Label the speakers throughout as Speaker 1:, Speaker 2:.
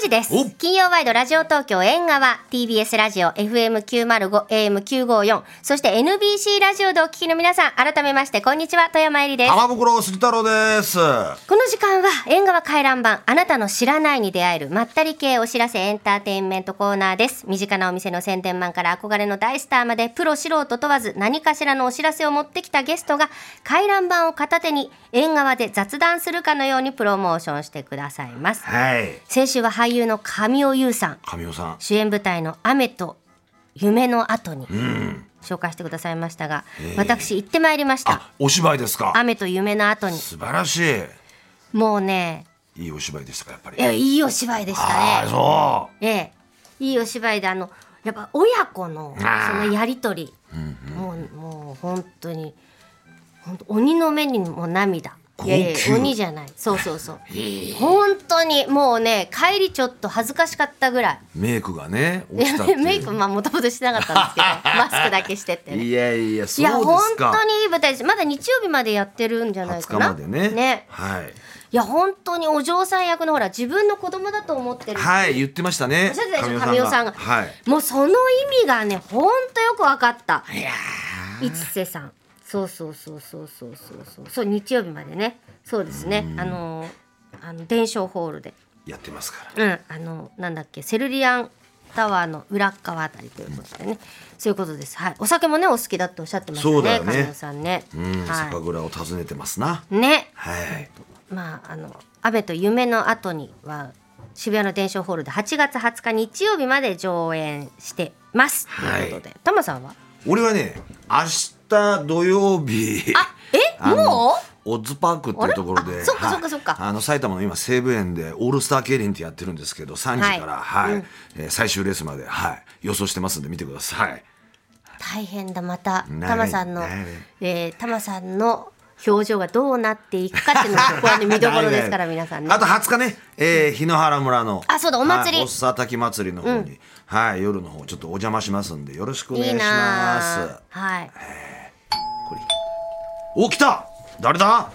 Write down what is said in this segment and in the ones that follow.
Speaker 1: 時です
Speaker 2: お。
Speaker 1: 金曜ワイドラジオ東京縁側、TBS ラジオ、FM905、AM954、そして NBC ラジオでお聞きの皆さん、改めまして、こんにちは、富山えりです。
Speaker 2: 玉袋杉太郎です。
Speaker 1: この時間は縁側回覧版あなたの知らないに出会えるまったり系お知らせエンターテインメントコーナーです身近なお店の宣伝マンから憧れの大スターまでプロ素人問わず何かしらのお知らせを持ってきたゲストが回覧版を片手に縁側で雑談するかのようにプロモーションしてくださいます
Speaker 2: はい。
Speaker 1: 先週は俳優の神尾優さん
Speaker 2: 神尾さん。
Speaker 1: 主演舞台の雨と夢の後に紹介してくださいましたが私行ってまいりました
Speaker 2: あ、お芝居ですか。
Speaker 1: 雨と夢の後に
Speaker 2: 素晴らしい。
Speaker 1: もうね
Speaker 2: いいお芝居でしたか、やっぱり
Speaker 1: い。やいいお芝居でした
Speaker 2: ああ、
Speaker 1: ね。
Speaker 2: そ
Speaker 1: ええ、いいお芝居であのやっぱ親子のそ
Speaker 2: あー
Speaker 1: のやりとり、もうもう本当に本当鬼の目にも涙。
Speaker 2: 号
Speaker 1: い
Speaker 2: 泣。
Speaker 1: やいや鬼じゃないそうそうそう本当にもうね帰りちょっと恥ずかしかったぐらいう
Speaker 2: メイクがね、落
Speaker 1: い
Speaker 2: ち
Speaker 1: や
Speaker 2: たってい
Speaker 1: ね
Speaker 2: う。
Speaker 1: メイクまあもともとしてなかったんですけど マスクだけしてて、ね、
Speaker 2: いやいや、
Speaker 1: いや
Speaker 2: そう
Speaker 1: 本
Speaker 2: ですか。
Speaker 1: 当にいい舞台ですまだ日曜日までやってるんじゃない
Speaker 2: 20
Speaker 1: か
Speaker 2: 日
Speaker 1: な
Speaker 2: までね。
Speaker 1: ね
Speaker 2: はい。
Speaker 1: いや本当にお嬢さん役のほら自分の子供だと思ってる
Speaker 2: はい、言ってましたね
Speaker 1: おっしゃってたでしょ。神尾さんが、
Speaker 2: はい。
Speaker 1: もうその意味がねほんとよく分かった
Speaker 2: いや
Speaker 1: 一瀬さんそうそうそうそうそうそうそうそう日曜日までねそうですねあのーあの伝承ホールで
Speaker 2: ーやってますから。
Speaker 1: うんあのなんだっけセルリアンタワーの裏っ側あたりということでね、そういうことですはいお酒もねお好きだっておっしゃってました
Speaker 2: そうだ
Speaker 1: ね
Speaker 2: よね
Speaker 1: 神尾さんね、
Speaker 2: うん、酒
Speaker 1: は
Speaker 2: 蔵を訪ねてますな。
Speaker 1: いね
Speaker 2: はい。
Speaker 1: まああの安倍と夢の後には渋谷の伝承ホールで8月20日日曜日まで上演してますと
Speaker 2: はい
Speaker 1: いうことで、タマさんは
Speaker 2: 俺はね、明日土曜日。
Speaker 1: あえ
Speaker 2: あの
Speaker 1: もう
Speaker 2: オッズパークっていうところ
Speaker 1: あれ
Speaker 2: で
Speaker 1: あそっか
Speaker 2: はい
Speaker 1: そっかそっか
Speaker 2: あの埼玉の今西武園でオールスター競輪ってやってるんですけど3時から、はいえー最終レースまで、はい、予想してますんで見てください
Speaker 1: 大変だまた
Speaker 2: ない
Speaker 1: タマさんの
Speaker 2: ない
Speaker 1: えータマさんの表情がどうなっていくかっていうのがここは ね見どころですから
Speaker 2: ないな
Speaker 1: 皆
Speaker 2: い
Speaker 1: さんね
Speaker 2: あと20日ね、えー、日野原村の
Speaker 1: あそうだお祭り
Speaker 2: はい、おっさたき祭りの方に、はい、夜の方ちょっとお邪魔しますんでよろしくお願い
Speaker 1: い
Speaker 2: し
Speaker 1: い
Speaker 2: ます
Speaker 1: なあはい
Speaker 2: これお来た誰だ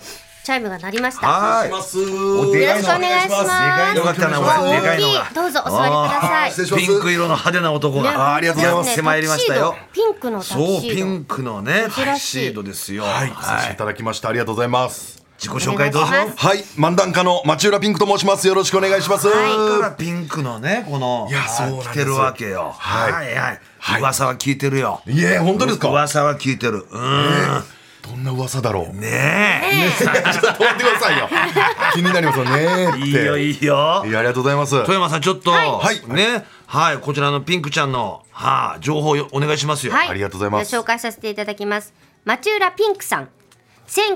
Speaker 1: チャイムが鳴りました
Speaker 2: はーい
Speaker 3: ます。
Speaker 2: で
Speaker 1: よ
Speaker 2: か
Speaker 1: ろ
Speaker 2: い
Speaker 1: し
Speaker 2: の
Speaker 1: くお願いします
Speaker 2: よかったなこれ
Speaker 1: 大
Speaker 2: でかいの
Speaker 1: きい
Speaker 2: が
Speaker 1: どうぞお座りください
Speaker 3: 失礼します
Speaker 2: ピンク色の派手な男
Speaker 1: ね
Speaker 2: が、
Speaker 3: ありがとうございます
Speaker 2: やってまいりましたよ
Speaker 1: タキシードピンクのタキシード
Speaker 2: そうピンクのね
Speaker 1: 珍しい
Speaker 2: タキシードですよ
Speaker 3: はい、させていただきました。ありがとうございます。
Speaker 2: 自己紹介どう
Speaker 1: お
Speaker 2: ぞ
Speaker 1: 願いしま
Speaker 3: はい、漫談家の町浦ピンクと申します。よろしくお願いします。
Speaker 2: だから
Speaker 3: は
Speaker 2: ピンクのねこの
Speaker 3: いや
Speaker 2: あ
Speaker 3: そうなんです
Speaker 2: 着てるわけよ
Speaker 3: はい
Speaker 2: はいはい
Speaker 3: はい
Speaker 2: 噂は聞いてるよ
Speaker 3: い、いえ、本当ですか。
Speaker 2: 噂は聞いてるうーん
Speaker 3: どんな噂だろう。 ね、
Speaker 2: ね
Speaker 3: ちょっと待ってくださいよ。 気になりますよねーって。
Speaker 2: えいいよ
Speaker 3: い
Speaker 2: いいよ
Speaker 3: やありがとうございます。
Speaker 2: 富山さんちょっと
Speaker 3: はい
Speaker 2: ねはいこちらのピンクちゃんのはい情報よお願いしますよ
Speaker 1: はい、
Speaker 3: ありがとうございます
Speaker 1: じゃあ紹介させていただきます。町浦ピンクさん。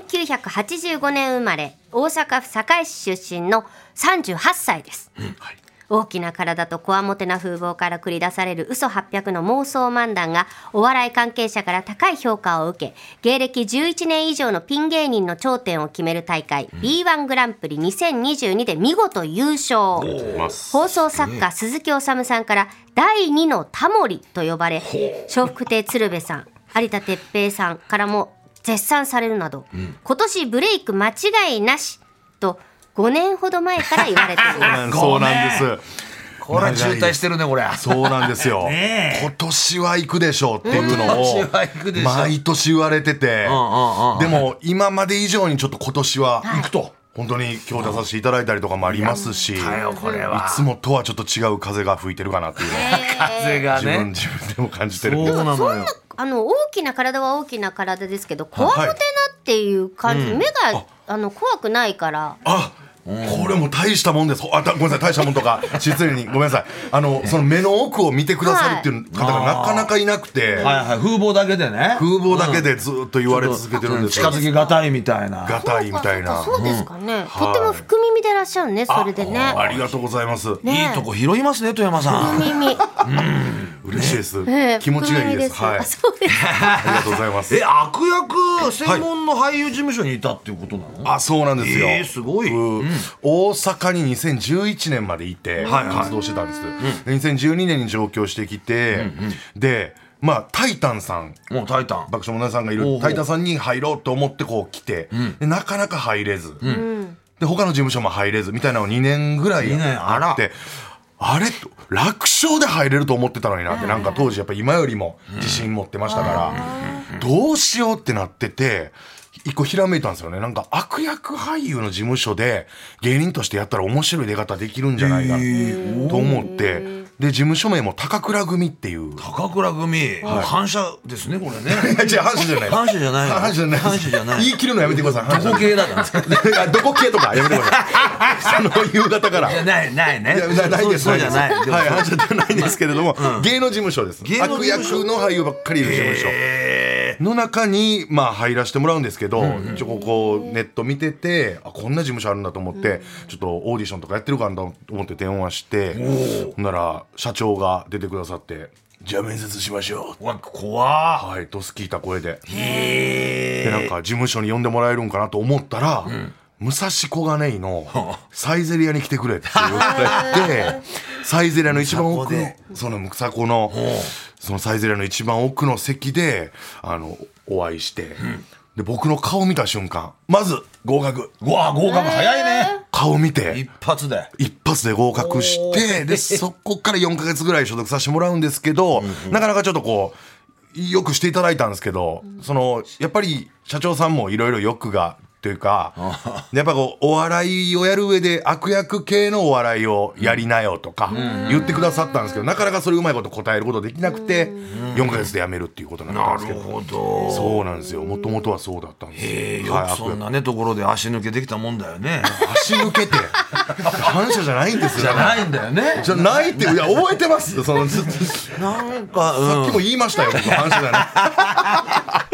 Speaker 1: 1985年生まれ、大阪府堺市出身の38歳です。
Speaker 3: はい
Speaker 1: 大きな体とこわもてな風貌から繰り出される嘘800の妄想漫談がお笑い関係者から高い評価を受け芸歴11年以上のピン芸人の頂点を決める大会 B1 グランプリ2022で見事優勝
Speaker 3: ありがとうございます。
Speaker 1: 放送作家鈴木おさむさんから第二のタモリと呼ばれ笑福亭鶴瓶さん有田哲平さんからも絶賛されるなど、今年ブレイク間違いなしと5年ほど前から言われています
Speaker 3: そうなんです。
Speaker 2: これ中退してるねこれ
Speaker 3: そうなんですよ。
Speaker 2: ねえ
Speaker 3: 今年は行くでしょうっていうの
Speaker 2: 今年は行くで
Speaker 3: を
Speaker 2: しょう
Speaker 3: 毎年言われてて
Speaker 2: うんうん、
Speaker 3: でも今まで以上にちょっと今年は行くと。本当に今日出させていただいたりとかもありますし、い
Speaker 2: だよこれは
Speaker 3: つもとはちょっと違う風が吹いてるかなっていうのを
Speaker 2: 風が
Speaker 3: 自分
Speaker 2: ね
Speaker 3: 自分でも感じてる
Speaker 2: そ。うなのよ
Speaker 1: あの大きな体は大きな体ですけどこわもてなっていう感じ、目があの怖くないから
Speaker 3: あ、これも大したもんです。あ、たごめんなさい、大したもんとか、失礼に、ごめんなさい。あの、その目の奥を見てくださるっていう方がなかなかいなくて、
Speaker 2: はいはい、風貌だけでね。
Speaker 3: 風貌だけでずっと言われ続けてるんです
Speaker 2: 近
Speaker 3: よ。
Speaker 2: づきがたいみたいな。
Speaker 3: がたいみたいな。
Speaker 1: そうですかね、とっても福耳でらっしゃるねそれでね
Speaker 3: ありがとうございます。
Speaker 1: ね
Speaker 2: いいとこ拾いますね、富山さ ん。
Speaker 1: 耳、
Speaker 3: 嬉しいです
Speaker 1: ええ。
Speaker 3: 気持ちがいいです。
Speaker 1: 福耳
Speaker 3: はい
Speaker 1: あ。そうですか
Speaker 3: ありがとうございます
Speaker 2: え、。悪役専門の俳優事務所にいたっていうことなの
Speaker 3: あそうなんですよ、
Speaker 2: えーすごい
Speaker 3: うん大阪に2011年までいて
Speaker 2: はいはい
Speaker 3: 活動してたんです、で2012年に上京してきて、でまあタイタンさん
Speaker 2: もうタイタン。
Speaker 3: 爆笑問題さんがい
Speaker 2: おうお
Speaker 3: る
Speaker 2: う
Speaker 3: タイタンさんに入ろうと思ってこう来て、でなかなか入れず、で他の事務所も入れずみたいなのを2年ぐらい
Speaker 2: 二年あら
Speaker 3: あってあれ楽勝で入れると思ってたのになってなんか当時やっぱ今よりも自信持ってましたからどうしようってなってて一個ひらめいたんですよねなんか悪役俳優の事務所で芸人としてやったら面白い出方できるんじゃないかと思ってで事務所名も高倉組っていう
Speaker 2: 高倉組、反射ですねこれ ね
Speaker 3: 違う反射じゃない
Speaker 2: 反射じゃない
Speaker 3: 反射じゃない
Speaker 2: 反射じゃない
Speaker 3: 言い切るのやめてください反射
Speaker 2: どこ系だなんです か
Speaker 3: どこ系とかやめてくだ さいその夕方から
Speaker 2: いやないないね
Speaker 3: いやなないです
Speaker 2: そうそうじゃない
Speaker 3: は
Speaker 2: で
Speaker 3: い
Speaker 2: も
Speaker 3: 反射じゃないんですけれども、芸能事務所です
Speaker 2: 芸能事
Speaker 3: 悪
Speaker 2: 務
Speaker 3: 役
Speaker 2: 所
Speaker 3: の俳優ばっかりいる事務所、
Speaker 2: え
Speaker 3: の中に、まあ、入らせてもらうんですけど、一応こうこうネット見ててあこんな事務所あるんだと思って、ちょっとオーディションとかやってるかなと思って電話してほんなら社長が出てくださって「じゃあ面接しましょ
Speaker 2: ー、
Speaker 3: う
Speaker 2: うわ怖」っ
Speaker 3: はいとす聞いた声で
Speaker 2: へ
Speaker 3: でなんか事務所に呼んでもらえるんかなと思ったら、武蔵小金井のサイゼリアに来てくれって言われてサイゼリアの一番奥の
Speaker 2: ム
Speaker 3: その草子のそのサイゼリアの一番奥の席であのお会いして、で僕の顔見た瞬間まず合格
Speaker 2: うわ合格早いね
Speaker 3: 顔見て
Speaker 2: 一発で
Speaker 3: 一発で合格し て、で、そこから4ヶ月ぐらい所属させてもらうんですけど、なかなかちょっとこう、よくしていただいたんですけど、その、やっぱり社長さんもいろいろ欲が、という か、やっぱこう、お笑いをやる上で悪役系のお笑いをやりなよとか言ってくださったんですけど、なかなかそれうまいこと答えることできなくて、4ヶ月で辞めるっていうことになっ
Speaker 2: な
Speaker 3: た
Speaker 2: ん
Speaker 3: ですけ
Speaker 2: る
Speaker 3: ど。
Speaker 2: ほど
Speaker 3: そうなんですよ。もともとはそうだったんです
Speaker 2: えー、
Speaker 3: は
Speaker 2: よ
Speaker 3: い
Speaker 2: くそんなねところで足抜けできたもんだよ ね
Speaker 3: 足抜けて、反射じゃないんですよ。
Speaker 2: じゃないんだよね
Speaker 3: じゃないっていや覚えてますそのず
Speaker 2: なんか、
Speaker 3: さっ
Speaker 2: うん
Speaker 3: きも言いましたよ僕反射じゃな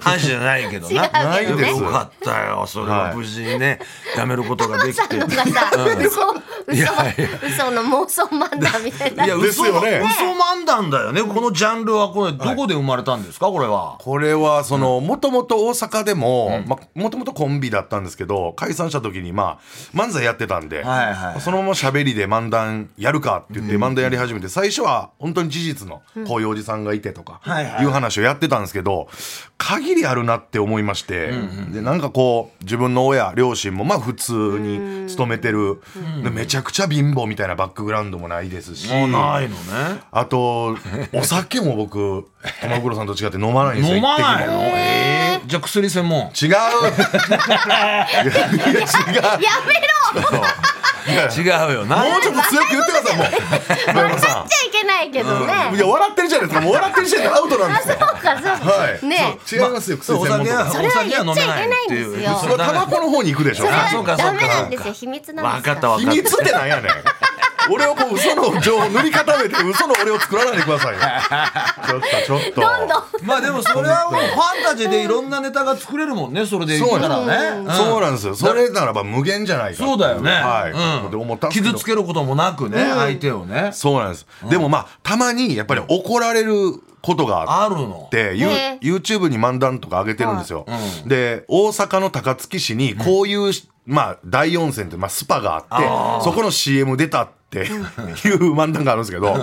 Speaker 2: 話じゃないけどな。
Speaker 3: ない
Speaker 1: 違うけどね
Speaker 3: ない
Speaker 2: よかったよ、それは無事にね、やめることがで き
Speaker 1: さ
Speaker 2: て。
Speaker 1: んのがさ、嘘、
Speaker 2: いや
Speaker 1: 嘘
Speaker 2: いや、
Speaker 1: 嘘の妄想漫談みたいな。
Speaker 2: いや、
Speaker 3: です
Speaker 2: 嘘、
Speaker 3: よね
Speaker 2: 嘘漫談だよね。このジャンルは、これ、どこで生まれたんですか、これは。
Speaker 3: これはそのもともと大阪でももともとコンビだったんですけど解散した時にまあ漫才やってたん
Speaker 2: は
Speaker 3: で、
Speaker 2: いはい
Speaker 3: そのまま喋りで漫談やるかって言って漫談やり始めて、最初は本当に事実のこういうおじさんがいてとか
Speaker 2: はいはい
Speaker 3: いう話をやってたんですけど限りあるなって思いまして、でなんかこう自分の親両親もまあ普通に勤めてる、でめちゃくちゃ貧乏みたいなバックグラウンドもないですし。
Speaker 2: もうないのね。
Speaker 3: あと、お酒も 僕、玉袋さんと違って飲まないんですよ。
Speaker 2: 飲まない
Speaker 3: 一滴
Speaker 2: の
Speaker 3: も
Speaker 2: えーじゃあ薬専門。
Speaker 3: 違う い
Speaker 1: やめろ、
Speaker 3: やいや違うそういや
Speaker 2: 違うよな。
Speaker 3: もうちょっと強く言ってください、もう。村山さ
Speaker 1: ちゃいけないけど
Speaker 3: ん。い
Speaker 1: ね。
Speaker 3: や、笑ってるじゃないですか。もう笑ってる時点でアウトなんです
Speaker 1: そ
Speaker 3: よ。
Speaker 1: うか、そう
Speaker 3: は
Speaker 1: か、
Speaker 3: い。
Speaker 1: ね。
Speaker 3: そう違いますよ、
Speaker 2: そう
Speaker 3: 薬
Speaker 2: お
Speaker 3: 専
Speaker 2: 酒
Speaker 3: 門と
Speaker 2: は、
Speaker 3: か。
Speaker 1: それ
Speaker 2: お
Speaker 1: は
Speaker 2: 酒は飲め
Speaker 1: 言っ
Speaker 2: ないって
Speaker 1: ちゃいけないん
Speaker 2: いう。
Speaker 1: ですよ
Speaker 2: 嘘
Speaker 3: それタバコの方に行くでしょ。
Speaker 1: それは
Speaker 2: あそうかそうか
Speaker 1: ダメなんですよ、秘密なん
Speaker 2: わ
Speaker 1: です
Speaker 2: かったわ
Speaker 3: 秘
Speaker 2: かっ。
Speaker 3: 密ったてなんやねん。俺をこう嘘の情報塗り固めて嘘の俺を作らないでくださいよ。ちょっとちょっと。
Speaker 1: どんどん。
Speaker 2: まあでもそれはもうファンタジーでいろんなネタが作れるもんね、それで言
Speaker 3: そう
Speaker 2: った
Speaker 3: な
Speaker 2: ら
Speaker 3: ん
Speaker 2: ね。ん
Speaker 3: そうなんですよ。それならば無限じゃないかってい。
Speaker 2: そうだよね。
Speaker 3: はい。で
Speaker 2: う
Speaker 3: 思っ
Speaker 2: ん
Speaker 3: たんですけど
Speaker 2: 傷つけることもなくね、相手をね。
Speaker 3: そうなんです。でもまあ、たまにやっぱり怒られることがあって
Speaker 2: あるの
Speaker 3: っ。て、ユ
Speaker 1: へー
Speaker 3: ー YouTube に漫談とか上げてるんですよ。で、大阪の高槻市にこういうし、まあ、大温泉って、まあ、スパがあって、そこの CM 出たっていう漫談があるんです けど、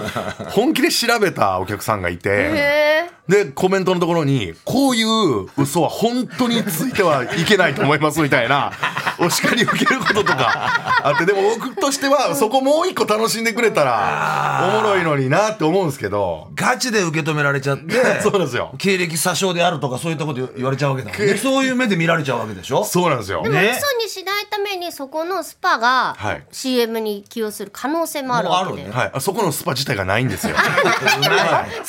Speaker 3: 本気で調べたお客さんがいて、
Speaker 1: へ
Speaker 3: で、コメントのところに、こういう嘘は本当についてはいけないと思いますみたいな、お叱りを受けることとかあって、でも僕としては、そこもう一個楽しんでくれたら、おもろいのになって思うんですけど、
Speaker 2: ガチで受け止められちゃって、
Speaker 3: そうなんですよ。
Speaker 2: 経歴詐称であるとかそういったこと言われちゃうわけだもんね。そういう目で見られちゃうわけでしょ
Speaker 3: そうなんですよ。
Speaker 1: え。でも
Speaker 2: ね
Speaker 1: 嘘にしないためにそこのスパが
Speaker 3: はい
Speaker 1: CM に起用する可能性もあるわけ
Speaker 2: もうある
Speaker 1: で
Speaker 2: ね
Speaker 3: はい、あそこのスパ自体がないんですよ。
Speaker 2: うまい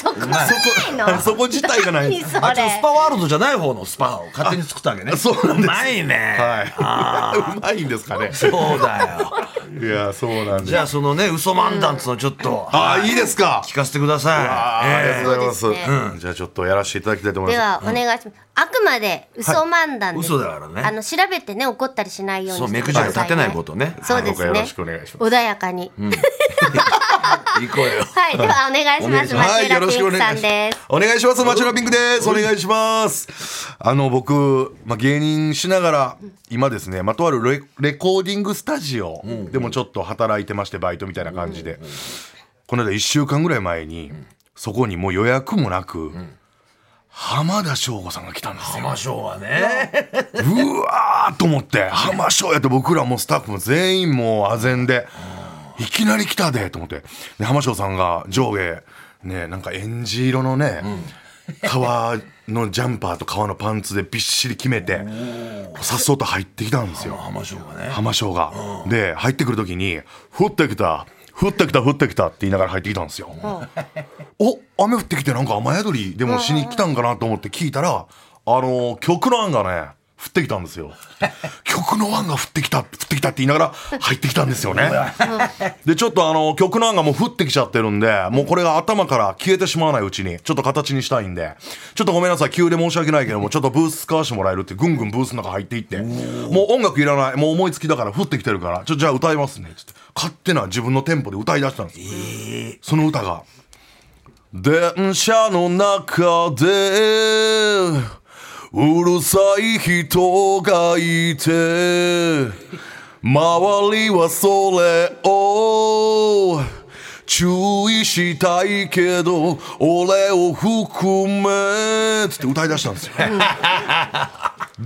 Speaker 1: そこ
Speaker 2: まい
Speaker 1: じゃないの
Speaker 3: そこ自 体がないんで
Speaker 1: 何
Speaker 3: す。
Speaker 1: そ
Speaker 2: あ、ちょっ
Speaker 1: れ
Speaker 2: とスパワールドじゃない方のスパを勝手に作ったわけね。
Speaker 3: あそうなんで
Speaker 2: う
Speaker 3: す
Speaker 2: まいね。
Speaker 3: はい。うまいんですかね。
Speaker 2: そうだよ。
Speaker 3: いや、そうなんです。
Speaker 2: じゃあそのね、嘘漫談っつうのちょっと、
Speaker 3: あー、いいですか。
Speaker 2: 聞かせてくださ
Speaker 3: あ
Speaker 2: い。
Speaker 3: ー、あり
Speaker 2: え
Speaker 3: がとうござ
Speaker 1: そう
Speaker 3: い
Speaker 1: で
Speaker 3: ますす。うんじゃあ、ちょっとやらせていただきたいと思い
Speaker 1: で
Speaker 3: ます。
Speaker 1: はお願いします、あくまで嘘漫談
Speaker 2: え
Speaker 1: です、
Speaker 2: 嘘だからね
Speaker 1: あ。の調べてね怒ったりしないように
Speaker 2: そう、
Speaker 1: して
Speaker 2: 目
Speaker 1: く
Speaker 2: く
Speaker 1: だ
Speaker 2: じ
Speaker 1: さいね
Speaker 2: ら立てないことね。
Speaker 1: そうですね
Speaker 3: どうかよろしくお願いしま
Speaker 1: 穏やかに、
Speaker 2: 行こうよ。
Speaker 1: はいではお願いします
Speaker 3: はい、
Speaker 1: 町
Speaker 3: よ
Speaker 1: 浦
Speaker 3: ろし
Speaker 1: ピ
Speaker 3: くお
Speaker 1: ンク
Speaker 3: 願
Speaker 1: さ
Speaker 3: い
Speaker 1: ん
Speaker 3: しま
Speaker 1: ですす。
Speaker 3: お願いします。町浦ピンクです。お願いします。あの、僕、まあ、芸人しながら、今ですね、まとあるレレコーディングスタジオでもちょっと働いてまして、バイトみたいな感じで。この間1週間ぐらい前に、そこにもう予約もなく、浜田省吾さんが来たんですよ。
Speaker 2: 浜章はね。
Speaker 3: うわーと思って浜松やって僕らもスタッフも全員もうあぜんでいきなり来たでと思ってで浜翔さんが上下ねなんかエンジ色のね、革のジャンパーと革のパンツでびっしり決めてさっそうと入ってきたんですよ
Speaker 4: 浜翔がね
Speaker 3: 浜翔が、で入ってくる時に「降ってきた降ってきた降ってきた」って言いながら入ってきたんですよ、お雨降ってきてなんか雨宿りでもしに来たんかなと思って聞いたらあの曲の案がね降ってきたんですよ曲の案が降ってきた降ってきたって言いながら入ってきたんですよねでちょっとあの曲の案がもう降ってきちゃってるんでもうこれが頭から消えてしまわないうちにちょっと形にしたいんでちょっとごめんなさい急で申し訳ないけどもちょっとブース使わせてもらえるってぐんぐんブースの中入っていってもう音楽いらないもう思いつきだから降ってきてるからちょじゃあ歌いますねつって勝手な自分のテンポで歌い出したんです、その歌が電車の中でうるさい人がいて周りはそれを注意したいけど俺を含めつって歌い出したんですよ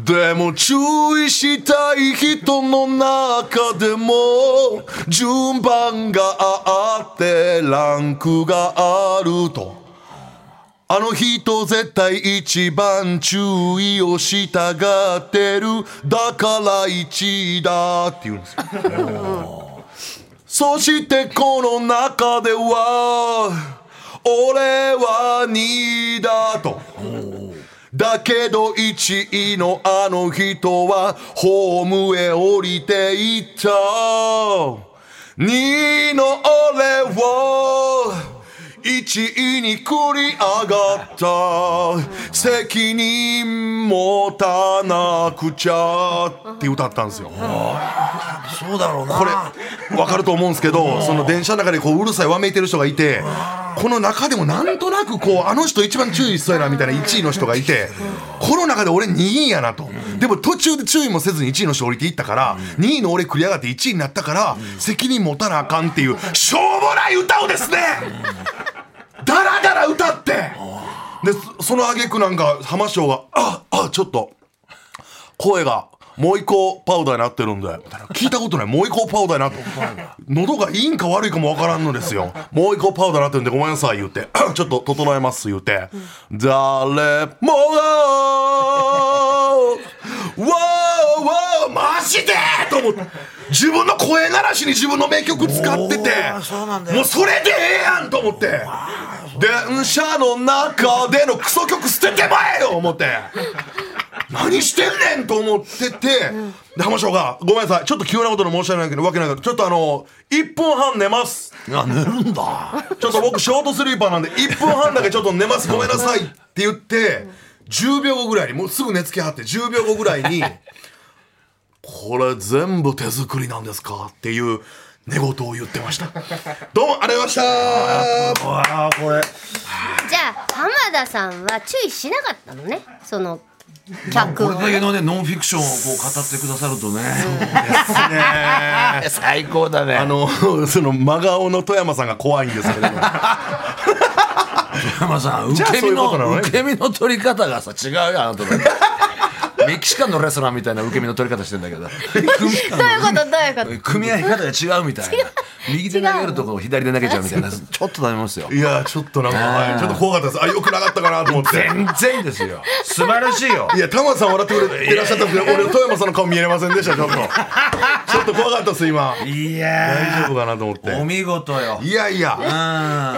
Speaker 3: でも注意したい人の中でも順番があってランクがあるとあの人絶対一番注意をしたがってるだから1位だって言うんですよそしてこの中では俺は2位だとだけど1位のあの人はホームへ降りていった2位の俺を1位に繰り上がった責任持たなくちゃって歌ったんですよ。
Speaker 4: そうだろうな
Speaker 3: これ分かると思うんですけどその電車の中でこううるさいわめいてる人がいてこの中でもなんとなくこうあの人一番注意しそうやなみたいな1位の人がいてこの中で俺2位やなとでも途中で注意もせずに1位の人降りていったから2位の俺繰り上がって1位になったから責任持たなあかんっていうしょうもない歌をですねダラダラ歌ってでそその挙句なんか浜翔が「ああちょっと声が。もう一個パウダーになってるんで、みたいな聞いたことない、もう一個パウダーになって、喉がいいんか悪いかもわからんのですよ。もう一個パウダーになってるんで、ごめんなさい、言うて、 ちょっと整えます、言うて、誰もが、わーわー、マジでと思って、自分の声ならしに自分の名曲使ってて
Speaker 4: おーそうなん、だよ
Speaker 3: もうそれでええやんと思って。電車の中でのクソ曲捨ててまえよ思って何してんねんと思ってて、で浜翔が「ごめんなさいちょっと急なことで申し訳ないけどわけないからちょっとあの1分半寝ます
Speaker 4: あ寝るんだ
Speaker 3: ちょっと僕ショートスリーパーなんで1分半だけちょっと寝ますごめんなさい」って言って10秒後ぐらいにもうすぐ寝つきはって10秒後ぐらいに「これ全部手作りなんですか?」っていう寝言を言ってましたどうもありがとうございました
Speaker 4: わあこれ
Speaker 1: じゃあ浜田さんは注意しなかったのねその客
Speaker 4: こ
Speaker 1: を
Speaker 4: れだけのねノンフィクションをこう語ってくださるとね
Speaker 2: 最高だね
Speaker 3: あのその真顔の富山さんが怖いんですけれども
Speaker 4: 山さん受
Speaker 2: 受
Speaker 4: け
Speaker 2: け
Speaker 4: 身
Speaker 2: 身
Speaker 3: じゃあそういうことなの
Speaker 2: の
Speaker 3: ね
Speaker 2: 受け身の取り方がさ違うよあなた だってメキシカンのレストランみたいな受け身の取り方してんだけど
Speaker 1: どういうことどういうこと
Speaker 2: 組組み合い方が違うみたいな右手投げるとこを左で投げちゃうみたいなちょっとダメますよ
Speaker 3: いやちょっとなんかはいちょっと怖かったですあよくなかったかなと思って
Speaker 2: 全然ですよ素晴らしいよ
Speaker 3: いや玉さん笑ってくれてらっしゃったんですけど俺富山さんの顔見えませんでしたちょっとちょっと怖かったです今
Speaker 2: い
Speaker 3: 大
Speaker 2: や
Speaker 3: 丈夫かなと思っ
Speaker 2: ーお
Speaker 3: て
Speaker 2: 見事よ
Speaker 3: いやいや
Speaker 1: で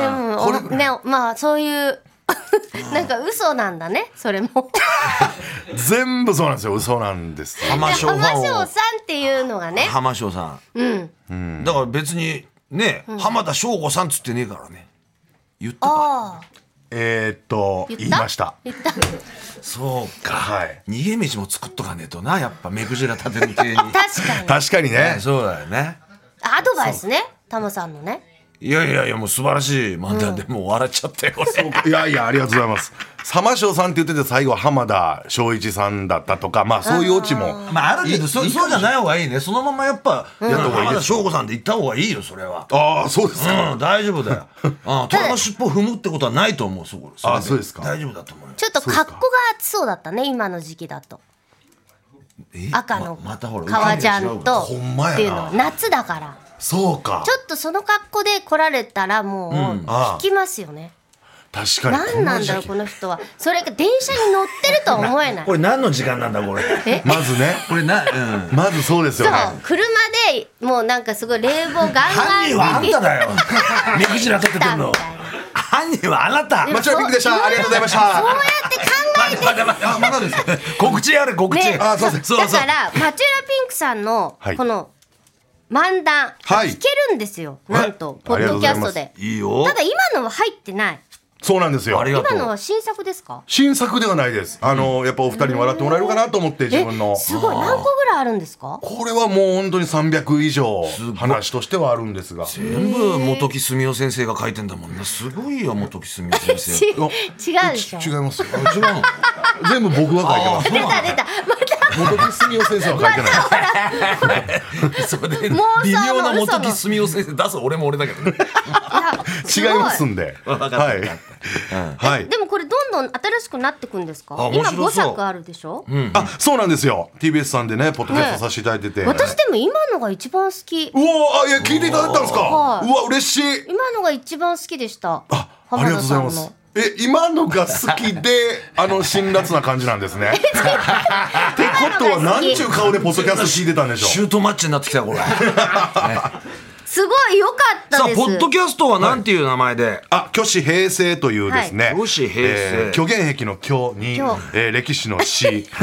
Speaker 1: もおねまあそういうなんか嘘なんだねそれも
Speaker 3: 全部そうなんですよ嘘なんです
Speaker 2: 浜
Speaker 1: で
Speaker 2: 翔フ
Speaker 1: 浜
Speaker 2: ァン
Speaker 1: 翔
Speaker 2: を
Speaker 1: さんっていうのがね
Speaker 2: 浜翔さんうんだから別にね浜田翔吾さんっつってねえからね言ってた
Speaker 1: ああ
Speaker 3: えー、っと
Speaker 1: 言った
Speaker 3: 言いました
Speaker 1: 言った
Speaker 2: そうか
Speaker 3: はい
Speaker 2: 逃げ道も作っとかねえとなやっぱ目くじら立てる系 に
Speaker 1: 確 かに
Speaker 3: 確かにね
Speaker 2: そうだよね
Speaker 1: アドバイスねタマさんのね
Speaker 2: いやいやいやもう素晴らしい漫談でもう笑っちゃったよ俺
Speaker 3: いやいやありがとうございますサマショウさんって言ってて最後は浜田翔一さんだったとかまあそういうオチも
Speaker 2: まああるけどそ
Speaker 3: いい
Speaker 2: そうじゃない方がいいねそのままやっぱやった方がいいです翔吾さんで行った方がいいよそれは
Speaker 3: ああそうですか、
Speaker 2: うん大丈夫だようん虎の尻尾踏むってことはないと思うそこれ
Speaker 3: あそうですか
Speaker 2: 大丈夫だと思うよ
Speaker 1: ちょっと格好が暑そうだったね今の時期だと
Speaker 2: え
Speaker 1: 赤の
Speaker 2: ままたほら
Speaker 1: 革ジャンと
Speaker 3: ほんまやな
Speaker 1: っていうの夏だから
Speaker 3: そうか
Speaker 1: ちょっとその格好で来られたらもう
Speaker 3: ああ
Speaker 1: 聞きますよね、
Speaker 3: 確かに
Speaker 1: 何なんだろうこの人はそれが電車に乗ってるとは思えない
Speaker 2: これ何の時間なんだこれ。
Speaker 1: え
Speaker 3: まずね
Speaker 2: これ な、うん。
Speaker 3: まずそうです
Speaker 1: そ
Speaker 3: よ
Speaker 1: う
Speaker 3: ね
Speaker 1: 車でもうなんかすごい冷房ガン
Speaker 2: 犯人
Speaker 1: ガ
Speaker 2: はあ
Speaker 1: ン
Speaker 2: んただよ。 目くじら立ててんの
Speaker 1: み。たいな
Speaker 2: 犯人はあなた。
Speaker 3: マチュラピックでしたありがとうございました
Speaker 1: そうやって考
Speaker 2: 待て待て待て。
Speaker 3: あまだですか
Speaker 2: 告知やれ告知。
Speaker 1: ね
Speaker 3: あそうで
Speaker 2: そ
Speaker 3: す
Speaker 2: う
Speaker 1: だ
Speaker 2: そう
Speaker 1: か。らマチュラピンクさんの
Speaker 3: はい
Speaker 1: この漫談、
Speaker 3: はい
Speaker 1: 聞けるんですよなんとポ
Speaker 3: あり
Speaker 1: ッ
Speaker 3: がと
Speaker 1: ド
Speaker 3: うご
Speaker 1: キャ
Speaker 3: ざい
Speaker 1: ス
Speaker 3: ま
Speaker 1: ト
Speaker 3: す
Speaker 1: で
Speaker 2: いいよ
Speaker 1: た。だ今のは入ってない
Speaker 3: そうなんですよ
Speaker 2: ありがと
Speaker 1: 今の
Speaker 2: う。
Speaker 1: は新作ですか
Speaker 3: 新作ではないですあのやっぱお二人に笑ってもらえるかなと思って自
Speaker 1: え
Speaker 3: 分の
Speaker 1: すごい何個ぐらいあるんですか
Speaker 3: これはもう本当に300以上話としてはあるんですが
Speaker 2: 全部元木澄夫先生が書いてんだもんね。すごいよ元木澄夫先
Speaker 1: ち
Speaker 2: 生。
Speaker 1: 違うでしょ
Speaker 3: ち違いますよあ違うの全部僕が書いて
Speaker 1: 出た出たまた
Speaker 3: ます元木澄夫先生は書いてない
Speaker 2: それ
Speaker 1: 妄想
Speaker 2: で
Speaker 1: の
Speaker 2: 微妙な
Speaker 1: 嘘
Speaker 2: 元
Speaker 1: の
Speaker 2: 木澄夫先生出す俺も俺だけどね。
Speaker 1: いや
Speaker 3: 違います
Speaker 1: ご
Speaker 3: んで。
Speaker 2: わかった
Speaker 3: はい
Speaker 2: わか。
Speaker 3: はい。
Speaker 1: でもこれどんどん新しくなってくんですか
Speaker 2: あ面
Speaker 1: 今
Speaker 2: 白そう
Speaker 1: 5作あるでしょ、
Speaker 3: あ、そうなんですよ。TBS さんでね、ポッドキャストさせていただいてて。
Speaker 1: 私でも今のが一番好き
Speaker 3: うわあ、いや、聞いていただいたんですか
Speaker 1: は。いう
Speaker 3: わ、嬉しい。
Speaker 1: 今のが一番好きでした
Speaker 3: あ、ありがとうございま
Speaker 1: 浜田さん
Speaker 3: す
Speaker 1: の。
Speaker 3: え、今のが好きで、あの辛辣な感じなんですね。ってことは、なんちゅう顔でポッドキャスト聞いてたんでし
Speaker 2: シ
Speaker 3: ょう。
Speaker 2: ュートマッチになってきたこれ。
Speaker 1: すごい良かった
Speaker 2: さあ
Speaker 1: です
Speaker 2: ポッドキャストはなんていう名前で。
Speaker 3: あ、虚子平成というですね。
Speaker 2: はい虚子平成
Speaker 3: えー虚言癖の虚に
Speaker 1: 虚、
Speaker 3: えー歴史の史。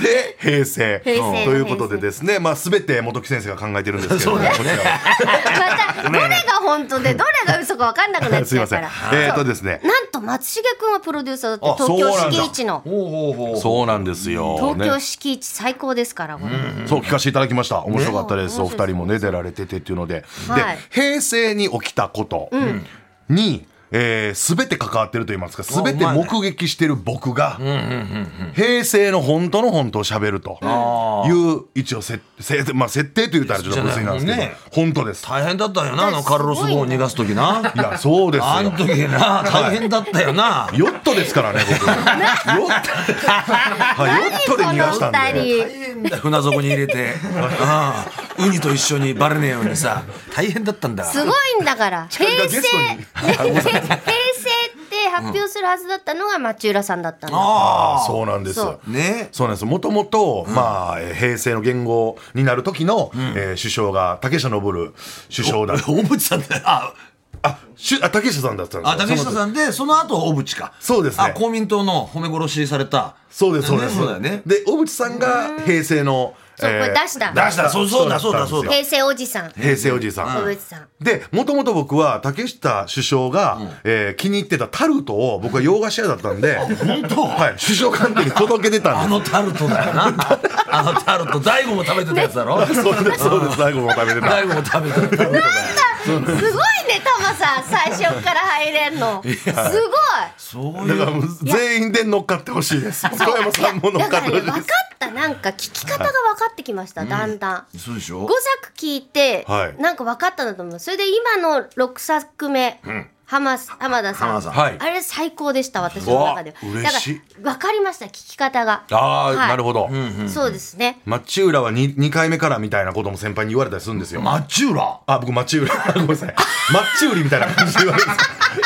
Speaker 3: で、平成。と
Speaker 1: 平成の
Speaker 3: いうことでですね、まあ、すべて元木先生が考えてるんですけれども。こちらは
Speaker 1: またどれが本当でどれが嘘か分かんなく なっ
Speaker 3: すい
Speaker 1: ちゃ
Speaker 3: ま
Speaker 1: う
Speaker 3: せん。
Speaker 1: から
Speaker 3: えーとですね。
Speaker 1: なんと松重くんがプロデューサーだって
Speaker 3: あ
Speaker 1: 東
Speaker 3: そうなん
Speaker 1: 京
Speaker 3: だ
Speaker 1: 敷地の
Speaker 2: ほうほうほう。
Speaker 3: そうなんですよ。
Speaker 1: 東京
Speaker 3: ね
Speaker 1: 敷地最高ですから、これ
Speaker 3: そう聞かせていただきました。面白かったです。
Speaker 1: ね
Speaker 3: お二人もね出られててっていうので、
Speaker 1: はい
Speaker 3: で平成に起きたことに。えー、全て関わってると言いますか全て
Speaker 2: あうまいね
Speaker 3: 目撃してる僕が平成の本当の本当を喋るという一応せせ、まあ、設定と言ったらちょっと無粋なんですけど、
Speaker 2: じゃないもんね
Speaker 3: 本当です
Speaker 2: 大変だったよなあのカルロス号を逃がす時 な。
Speaker 3: いやそうです
Speaker 2: あの
Speaker 3: よ
Speaker 2: 時な大変だったよな。
Speaker 3: ヨットですからね僕ヨットはいヨットで逃がした ん
Speaker 1: 何この二
Speaker 3: で
Speaker 1: 人
Speaker 2: 大変だ船底に入れ てああウニと一緒にバレねえようにさ大変だったんだ
Speaker 1: すごいんだ から平成
Speaker 3: がゲ
Speaker 1: 平
Speaker 3: ストに
Speaker 1: 成平成って発表するはずだったのが町浦さんだったの、
Speaker 2: あ
Speaker 3: あそうなんです
Speaker 1: そう
Speaker 2: あね
Speaker 3: そうなんですもともと、まあ、えー平成の元号になる時の、えー首相が竹下登首相だ
Speaker 2: 小渕さんだあ
Speaker 3: あしゅあ竹下さんだったんですよ
Speaker 2: あ竹下
Speaker 3: その
Speaker 2: さんでその後小渕か
Speaker 3: そうですね
Speaker 2: あ公民党の褒め殺しされた
Speaker 3: そうですそうです、
Speaker 2: ねそうだよね
Speaker 3: で小渕さんが平成の、
Speaker 1: そうこれ出した
Speaker 2: 出したそうそうだそうだそうだ
Speaker 1: 平成おじさん
Speaker 3: 平成おじいさ
Speaker 1: 小
Speaker 3: ん、
Speaker 1: 渕さん
Speaker 3: でもともと僕は竹下首相が、えー気に入ってたタルトを僕は洋菓子屋だったんで
Speaker 2: 本当
Speaker 3: はい、首相官邸に届けてた
Speaker 2: あ
Speaker 3: んで
Speaker 2: のタルトだよ なあのタルト大悟も食べてたやつだろ
Speaker 3: すそうですそうです最後も食べてた
Speaker 2: 大悟も食べてたタルトだよ
Speaker 1: すごいねタマさん最初から入れんのすごい
Speaker 2: そう
Speaker 3: だ
Speaker 2: い
Speaker 3: か
Speaker 2: う
Speaker 3: らもう全員で乗っかってほし いです小山さんも乗
Speaker 1: だ
Speaker 3: っか
Speaker 1: か
Speaker 3: っ
Speaker 1: ら
Speaker 3: て
Speaker 1: ね
Speaker 3: ほ
Speaker 1: 分か
Speaker 3: しいです
Speaker 1: ったなんか聞き方が分かってきました、だんだん
Speaker 2: そうでし
Speaker 1: 5
Speaker 2: ょ
Speaker 1: 作聞いて、
Speaker 3: はい
Speaker 1: なんか分かったんだと思うそれで今の6作目、浜浜田さん
Speaker 2: 浜田さん
Speaker 3: はい
Speaker 1: あれ最高でした私の中で
Speaker 3: うわ嬉しい
Speaker 1: だから分かりました聞き方が
Speaker 3: ああ、
Speaker 1: はい
Speaker 3: なるほど。
Speaker 1: そうですね
Speaker 3: 町浦は 2, 二回目からみたいなことも先輩に言われたりするんですよ。
Speaker 2: マッチューラ
Speaker 3: あ、僕町浦。 ごめんなさい。町浦みたいな感じで言われるんです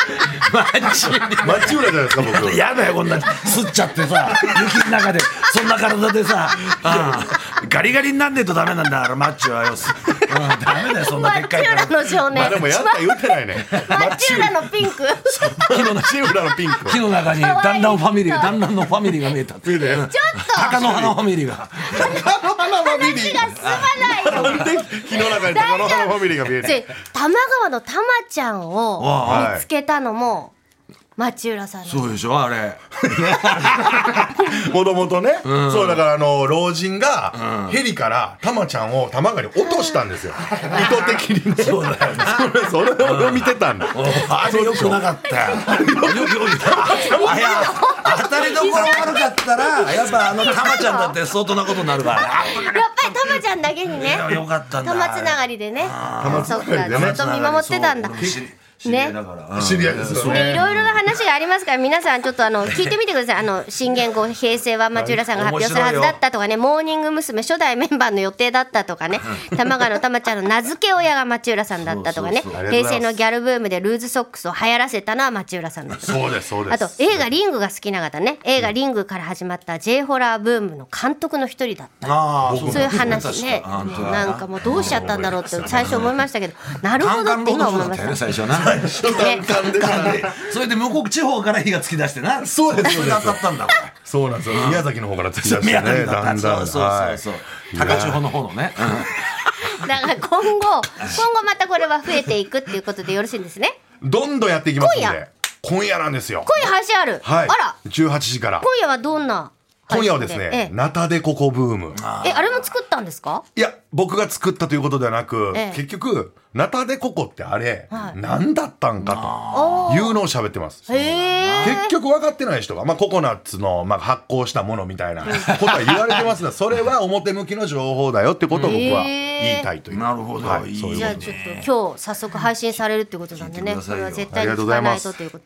Speaker 2: マッチューラ
Speaker 3: よ。町浦じゃないですか、僕。
Speaker 2: やだよこんなすっちゃってさ雪の中でそんな体でさ、うんガリガリになんねえとダメなんだからマッチはよ、うん、ダメだよそんなでっかい
Speaker 1: 町
Speaker 2: 体
Speaker 1: 浦の少
Speaker 3: まあ
Speaker 1: 年
Speaker 3: でもやった言ってないね。
Speaker 1: 町浦のピン ク ちょっ
Speaker 3: 町浦のピンク。
Speaker 2: 木の中にだんだんファミリーだんだんのファミリーが見えたって
Speaker 1: と
Speaker 2: 鷹の花ファミリーが
Speaker 3: 高野花ファミリ
Speaker 1: 話が
Speaker 3: ー。
Speaker 1: 進まないよ
Speaker 3: 火の中に高野花ファミリーが見え
Speaker 1: で
Speaker 3: る。
Speaker 1: 多摩川のタマちゃんを
Speaker 3: はい
Speaker 1: 見つけたのも町浦さんです
Speaker 2: そうでしょあれ
Speaker 3: もともとね、そうだからあの老人がヘリからタマちゃんを玉川に落としたんですよ、意図的にねそうだよねそれそれを見てたんだ
Speaker 2: あれよくなかったよよくよくあいや当たりどころ悪かったらやっぱあのタマちゃんだって相当なことになるから
Speaker 1: やっぱりタマちゃんだけにね
Speaker 2: いやよかったんだ
Speaker 1: タマつながりでね
Speaker 3: ー
Speaker 1: そっ
Speaker 3: タマつなが
Speaker 1: かず
Speaker 3: りでね
Speaker 1: っと見守ってたんだ
Speaker 2: そう俺も知り
Speaker 4: 知り合いだから、うん
Speaker 3: 知り合いですよ
Speaker 1: い
Speaker 3: ね
Speaker 1: ろいろな話がありますから皆さんちょっとあの聞いてみてくださいあの新元号平成は町浦さんが発表するはずだったとかねモーニング娘。初代メンバーの予定だったとかね玉川の玉ちゃんの名付け親が町浦さんだったとかね
Speaker 4: そう
Speaker 3: そうそう
Speaker 1: 平成のギャルブームでルーズソックスを流行らせたのは町浦さんだった
Speaker 3: そうですそうで
Speaker 1: あ
Speaker 3: す
Speaker 1: と映画「リング」が好きな方ね映画「リング」から始まった J ホラーブームの監督の一人だった
Speaker 4: ああ
Speaker 1: そういう話ね
Speaker 4: あ本当だ
Speaker 1: なんかもうどうしちゃったんだろうって最初思いましたけどなる
Speaker 4: カ
Speaker 1: ほ
Speaker 4: ン
Speaker 1: ど
Speaker 4: カ
Speaker 1: っ
Speaker 4: ン
Speaker 1: て
Speaker 4: ロー
Speaker 1: 今
Speaker 4: ドショー
Speaker 1: 思
Speaker 4: だったよね最初な
Speaker 1: いましたね
Speaker 2: でそれで向こう地方から火がつき出してな
Speaker 3: そうです
Speaker 4: それで当たったんだこれ
Speaker 3: そうなんですよ宮崎の方から出し
Speaker 2: そう
Speaker 3: てね
Speaker 2: 宮崎だ
Speaker 3: だ
Speaker 2: った
Speaker 3: んだ
Speaker 2: そ
Speaker 3: ん
Speaker 2: うそうそうそう高千穂の方のね
Speaker 1: だから今後、今後またこれは増えていくっていうことでよろしいんですね。
Speaker 3: どんどんやっていきますんで
Speaker 1: 今
Speaker 3: 今
Speaker 1: 夜
Speaker 3: 夜なんですよ
Speaker 1: 今夜配信ある。
Speaker 3: はい
Speaker 1: あら、
Speaker 3: 18時から
Speaker 1: 今夜はどんな配信
Speaker 3: 今夜はですね
Speaker 1: え
Speaker 3: ナタデココブーム
Speaker 1: え、えあれも作ったんですか。
Speaker 3: いや僕が作ったということではなく、
Speaker 1: ええ
Speaker 3: 結局ナタデココってあれ、
Speaker 1: はい
Speaker 3: 何だったんか
Speaker 1: お
Speaker 3: と
Speaker 1: ー
Speaker 3: いうのを喋ってます
Speaker 1: へえ。
Speaker 3: 結局分かってない人が、まあ、ココナッツの、まあ、発酵したものみたいなことは言われてますがそれは表向きの情報だよってことを僕は言いたいという、
Speaker 2: なるほど
Speaker 3: はい
Speaker 2: いい
Speaker 3: そういう
Speaker 1: じ
Speaker 3: こ
Speaker 1: ゃ
Speaker 3: と
Speaker 1: あ、ちょっと今日早速配信されるってことなんで
Speaker 4: 聞いて
Speaker 1: ね
Speaker 4: くだ、さ
Speaker 1: こ
Speaker 4: い
Speaker 1: れ
Speaker 4: よ
Speaker 1: は絶対に
Speaker 3: ありがとう
Speaker 1: 聞
Speaker 3: ござ
Speaker 1: か
Speaker 3: い
Speaker 1: な
Speaker 3: ま
Speaker 1: い
Speaker 3: す
Speaker 1: とということ。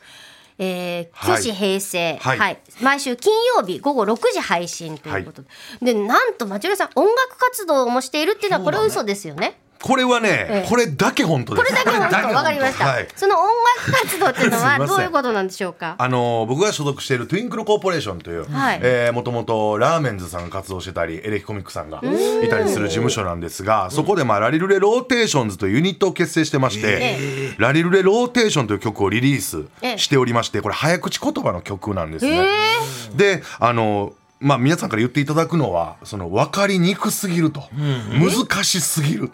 Speaker 1: えー、
Speaker 3: は
Speaker 1: 九
Speaker 3: い
Speaker 1: 死平成、は、
Speaker 3: はいい
Speaker 1: 毎週金曜日午後6時配信ということで、で、なんと町浦さん音楽活動もしているっていうのはこれは嘘ですよね。
Speaker 3: これはね、
Speaker 1: ええ
Speaker 3: これだけ本当で
Speaker 1: こ
Speaker 3: す
Speaker 1: れだけ本 当わかりました、
Speaker 3: はい
Speaker 1: その音楽活動っていうの
Speaker 3: すい
Speaker 1: は
Speaker 3: ません
Speaker 1: どういうことなんでしょうか
Speaker 3: あのー僕が所属しているトゥインクルコーポレーションという、
Speaker 1: はい
Speaker 3: えー、もともとラーメンズさんが活動してたりエレキコミックさんがいたりする事務所なんですがそこで、まあ、ラリルレローテーションズというユニットを結成してまして、ラリルレローテーションという曲をリリースしておりましてこれ早口言葉の曲なんですね。であのーまあ、皆さんから言っていただくのはその分かりにくすぎると、難しすぎる、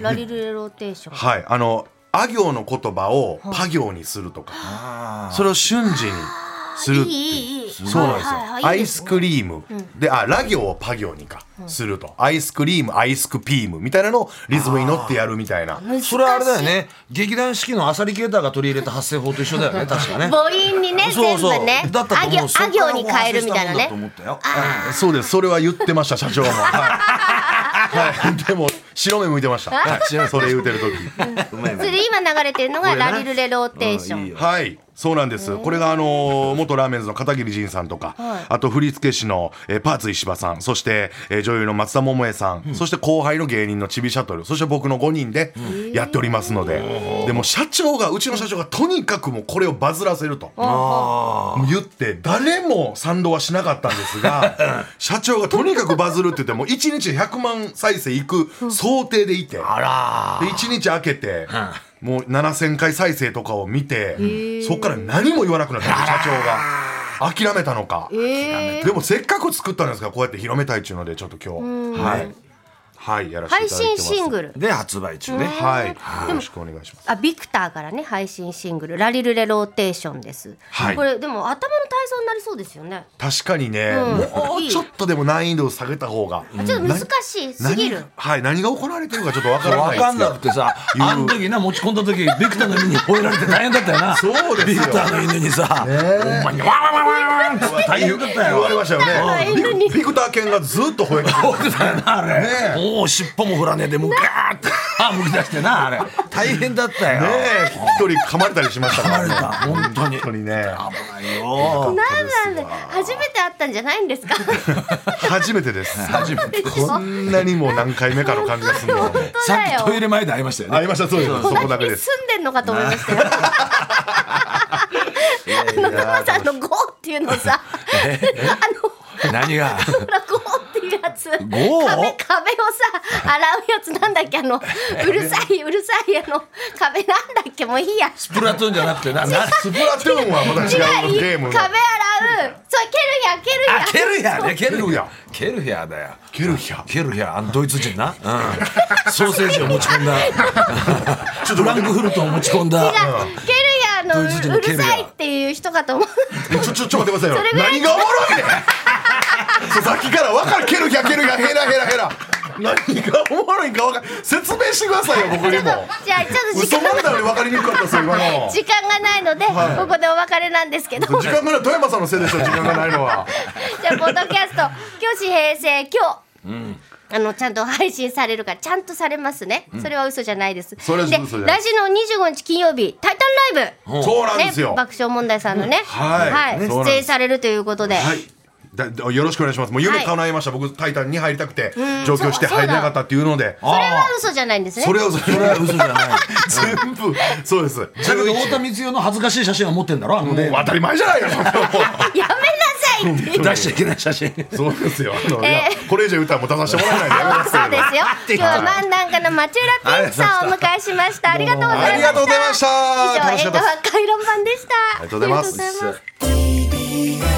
Speaker 1: ラリルレローテーション
Speaker 3: はいあのあ行の言葉をパ行にするとか、それを瞬時にするっていう
Speaker 1: いいいい
Speaker 3: そうなんですよ。アイス
Speaker 1: リ
Speaker 3: クリームで、あ、ラ行をパ行にか、すると。アイスクリーム、アイスクピームみたいなのをリズムに乗ってやるみたいな。
Speaker 1: ーム
Speaker 2: それはあれだよね劇団四季のアサリケーターが取り入れた発声法と一緒だよね確かね
Speaker 1: 母音にね
Speaker 2: そうそう
Speaker 1: 全部ね
Speaker 2: だったと思う
Speaker 1: あ行あ行に変えるみたい
Speaker 4: そこからも
Speaker 1: なね
Speaker 4: う発生したもんだと思ったよ
Speaker 3: そうです。それは言ってました、社長も。はい。はいでも、白目向いてました。はいそれ言うてる時。
Speaker 4: うまいう
Speaker 1: そ
Speaker 4: まい
Speaker 1: れで今流れてるのが
Speaker 4: これね
Speaker 1: ラリルレローテーション、
Speaker 4: うんいいよ
Speaker 3: はい。そうなんです。これが、あのー元ラーメンズの片桐仁さんとか、あと振付師の、えーパーツ石破さん、そして、えー女優の松田桃江さん、そして後輩の芸人のちびシャトル、そして僕の5人でやっておりますので、でも社長が、うちの社長がとにかくもうこれをバズらせると言って、誰も賛同はしなかったんですが、社長がとにかくバズるって言って、もう1日100万再生いく想定でいて、
Speaker 2: あら
Speaker 3: で1日空けて、もう7000回再生とかを見て、そっから何も言わなくなったんです社長が諦めたのか、でもせっかく作ったんですからこうやって広めたいっていうのでちょっと今日はい、はい、やらせて
Speaker 1: 配
Speaker 3: いただいて
Speaker 1: 信
Speaker 3: ます
Speaker 1: シングル
Speaker 4: で発売中ね
Speaker 3: はい、よろしくお願いします
Speaker 1: あビクターからね配信シングル「ラリルレローテーション」です、
Speaker 3: はい
Speaker 1: これでも頭の体操になりそうですよね、
Speaker 3: 確かにね、も
Speaker 1: いうい
Speaker 3: ちょっとでも難易度を下げた方が、
Speaker 1: ちょっと難しいすぎる
Speaker 3: 何はい何が行われてるかちょっとわからな
Speaker 2: 分
Speaker 3: い
Speaker 2: かんなくてさあの時な持ち込んだ時ビクターの犬に吠えられて大変だったよな
Speaker 3: そうです
Speaker 2: ビ
Speaker 3: よ
Speaker 2: クターの犬にさほんまにワンワンワンワンワンって大変だった
Speaker 3: 言われ
Speaker 2: よ
Speaker 3: ましたよね
Speaker 1: 犬に
Speaker 3: ビクビクター犬がずっと吠えて る
Speaker 2: 吠えてたよなあれ
Speaker 3: ね
Speaker 2: もう尻尾も振らねえでもうガーって歯むき出してなあれ大変だったよ
Speaker 3: ねえ一人噛まれたりしましたから
Speaker 2: あれだ本当に
Speaker 3: 本当にね
Speaker 2: よ
Speaker 1: 何なんだ初めて会ったんじゃないんですか
Speaker 3: 初めてです
Speaker 2: 初めて
Speaker 3: こんなにも何回目かの感じ がするの
Speaker 1: 本当
Speaker 2: さ
Speaker 1: だ
Speaker 2: っ
Speaker 1: よ
Speaker 2: きトイレ前で会いましたよね
Speaker 3: ありましたそうですそこだけ
Speaker 1: 隣
Speaker 3: で
Speaker 1: に
Speaker 3: す
Speaker 1: 住んでんのかと思いましたよ。あのタマさんの「ゴー」っていうのさ、
Speaker 2: 何が
Speaker 1: ほらゴーっていうやつ、壁壁を
Speaker 2: ゴー
Speaker 1: さ洗うやつなんだっけあのうるさいうるさいあの壁なんだっけもういいや。
Speaker 2: スプラトゥーンじゃなくてなな
Speaker 3: スプラトゥーンはまた
Speaker 1: 違
Speaker 3: 違う
Speaker 1: う
Speaker 3: ゲームの
Speaker 1: 壁洗う、そう蹴るや蹴るや
Speaker 2: あ。ケルヒャーねケル
Speaker 3: ケル
Speaker 2: ヒ
Speaker 3: ヒ
Speaker 2: ャ
Speaker 3: ャ
Speaker 2: ー
Speaker 3: ー
Speaker 2: ケルヒャーだよ
Speaker 3: ケルヒャ
Speaker 2: ケルヒャーあのドイツ人な、うん、ソーセージを持ち込んだちょっとフランクフルトを持ち込んだ
Speaker 1: が蹴るやの
Speaker 2: ドイツ人
Speaker 1: う
Speaker 2: の
Speaker 1: う
Speaker 2: 蹴
Speaker 1: る
Speaker 2: るや
Speaker 1: さいっていう人かと思う。
Speaker 3: ちょちょちょ待ってくださいよ
Speaker 1: れぐらい
Speaker 3: 何がおもろいねんそうさっきから分かるケルヒャケルヒャヘラヘラヘラ何がおもろいか分かる説明してくださいよ僕に
Speaker 1: ちょっと
Speaker 3: も
Speaker 1: じゃあちょっと時
Speaker 3: 嘘
Speaker 1: 間
Speaker 3: もんだより分かりにくかったですよ今の
Speaker 1: 時間がないので、ここでお別れなんですけど。
Speaker 3: 時間がない富山 さんのせいでした時間がないのは
Speaker 1: じゃあポッドキャスト「虚子平成今日」あのちゃんと配信されるからちゃんとされますね、それは嘘じゃないです
Speaker 3: それは
Speaker 1: で来週
Speaker 3: 嘘
Speaker 1: の
Speaker 3: じゃない
Speaker 1: 25日金曜日「タイタンライブ」
Speaker 3: そうなんですよ
Speaker 1: ね、。爆笑問題さんのね、
Speaker 3: はいねそうなん
Speaker 1: 出
Speaker 3: です
Speaker 1: 演されるということで、
Speaker 3: はい。だだよろしくお願いします。もう夢叶いました。僕タイタンに入りたくて上京して
Speaker 1: そう
Speaker 3: 入れなかったっていうので、
Speaker 1: それは嘘じゃないんですね
Speaker 3: それをそれ
Speaker 2: それは
Speaker 3: は
Speaker 2: 嘘じゃない
Speaker 3: 全部そうです。だ
Speaker 2: だけど太田光代の恥ずかしい写真は持ってんだろあのね
Speaker 3: もう当たり前じゃないか。
Speaker 1: やめなさいって
Speaker 2: 出しちゃいけない写真
Speaker 3: そうですよ。あのいやこれ以上歌も出させてもらえないんでやめますけ
Speaker 1: そう
Speaker 3: ど
Speaker 1: ですよ今日は漫談家の町浦ピンクさんをお迎えしましたありがとうございました
Speaker 3: ありがとうございました
Speaker 1: 以上
Speaker 3: 楽し
Speaker 1: 映
Speaker 3: か
Speaker 1: 画
Speaker 3: ったです
Speaker 1: は回覧版でした
Speaker 3: ありがとうございます
Speaker 1: ありがとうございます
Speaker 5: TBS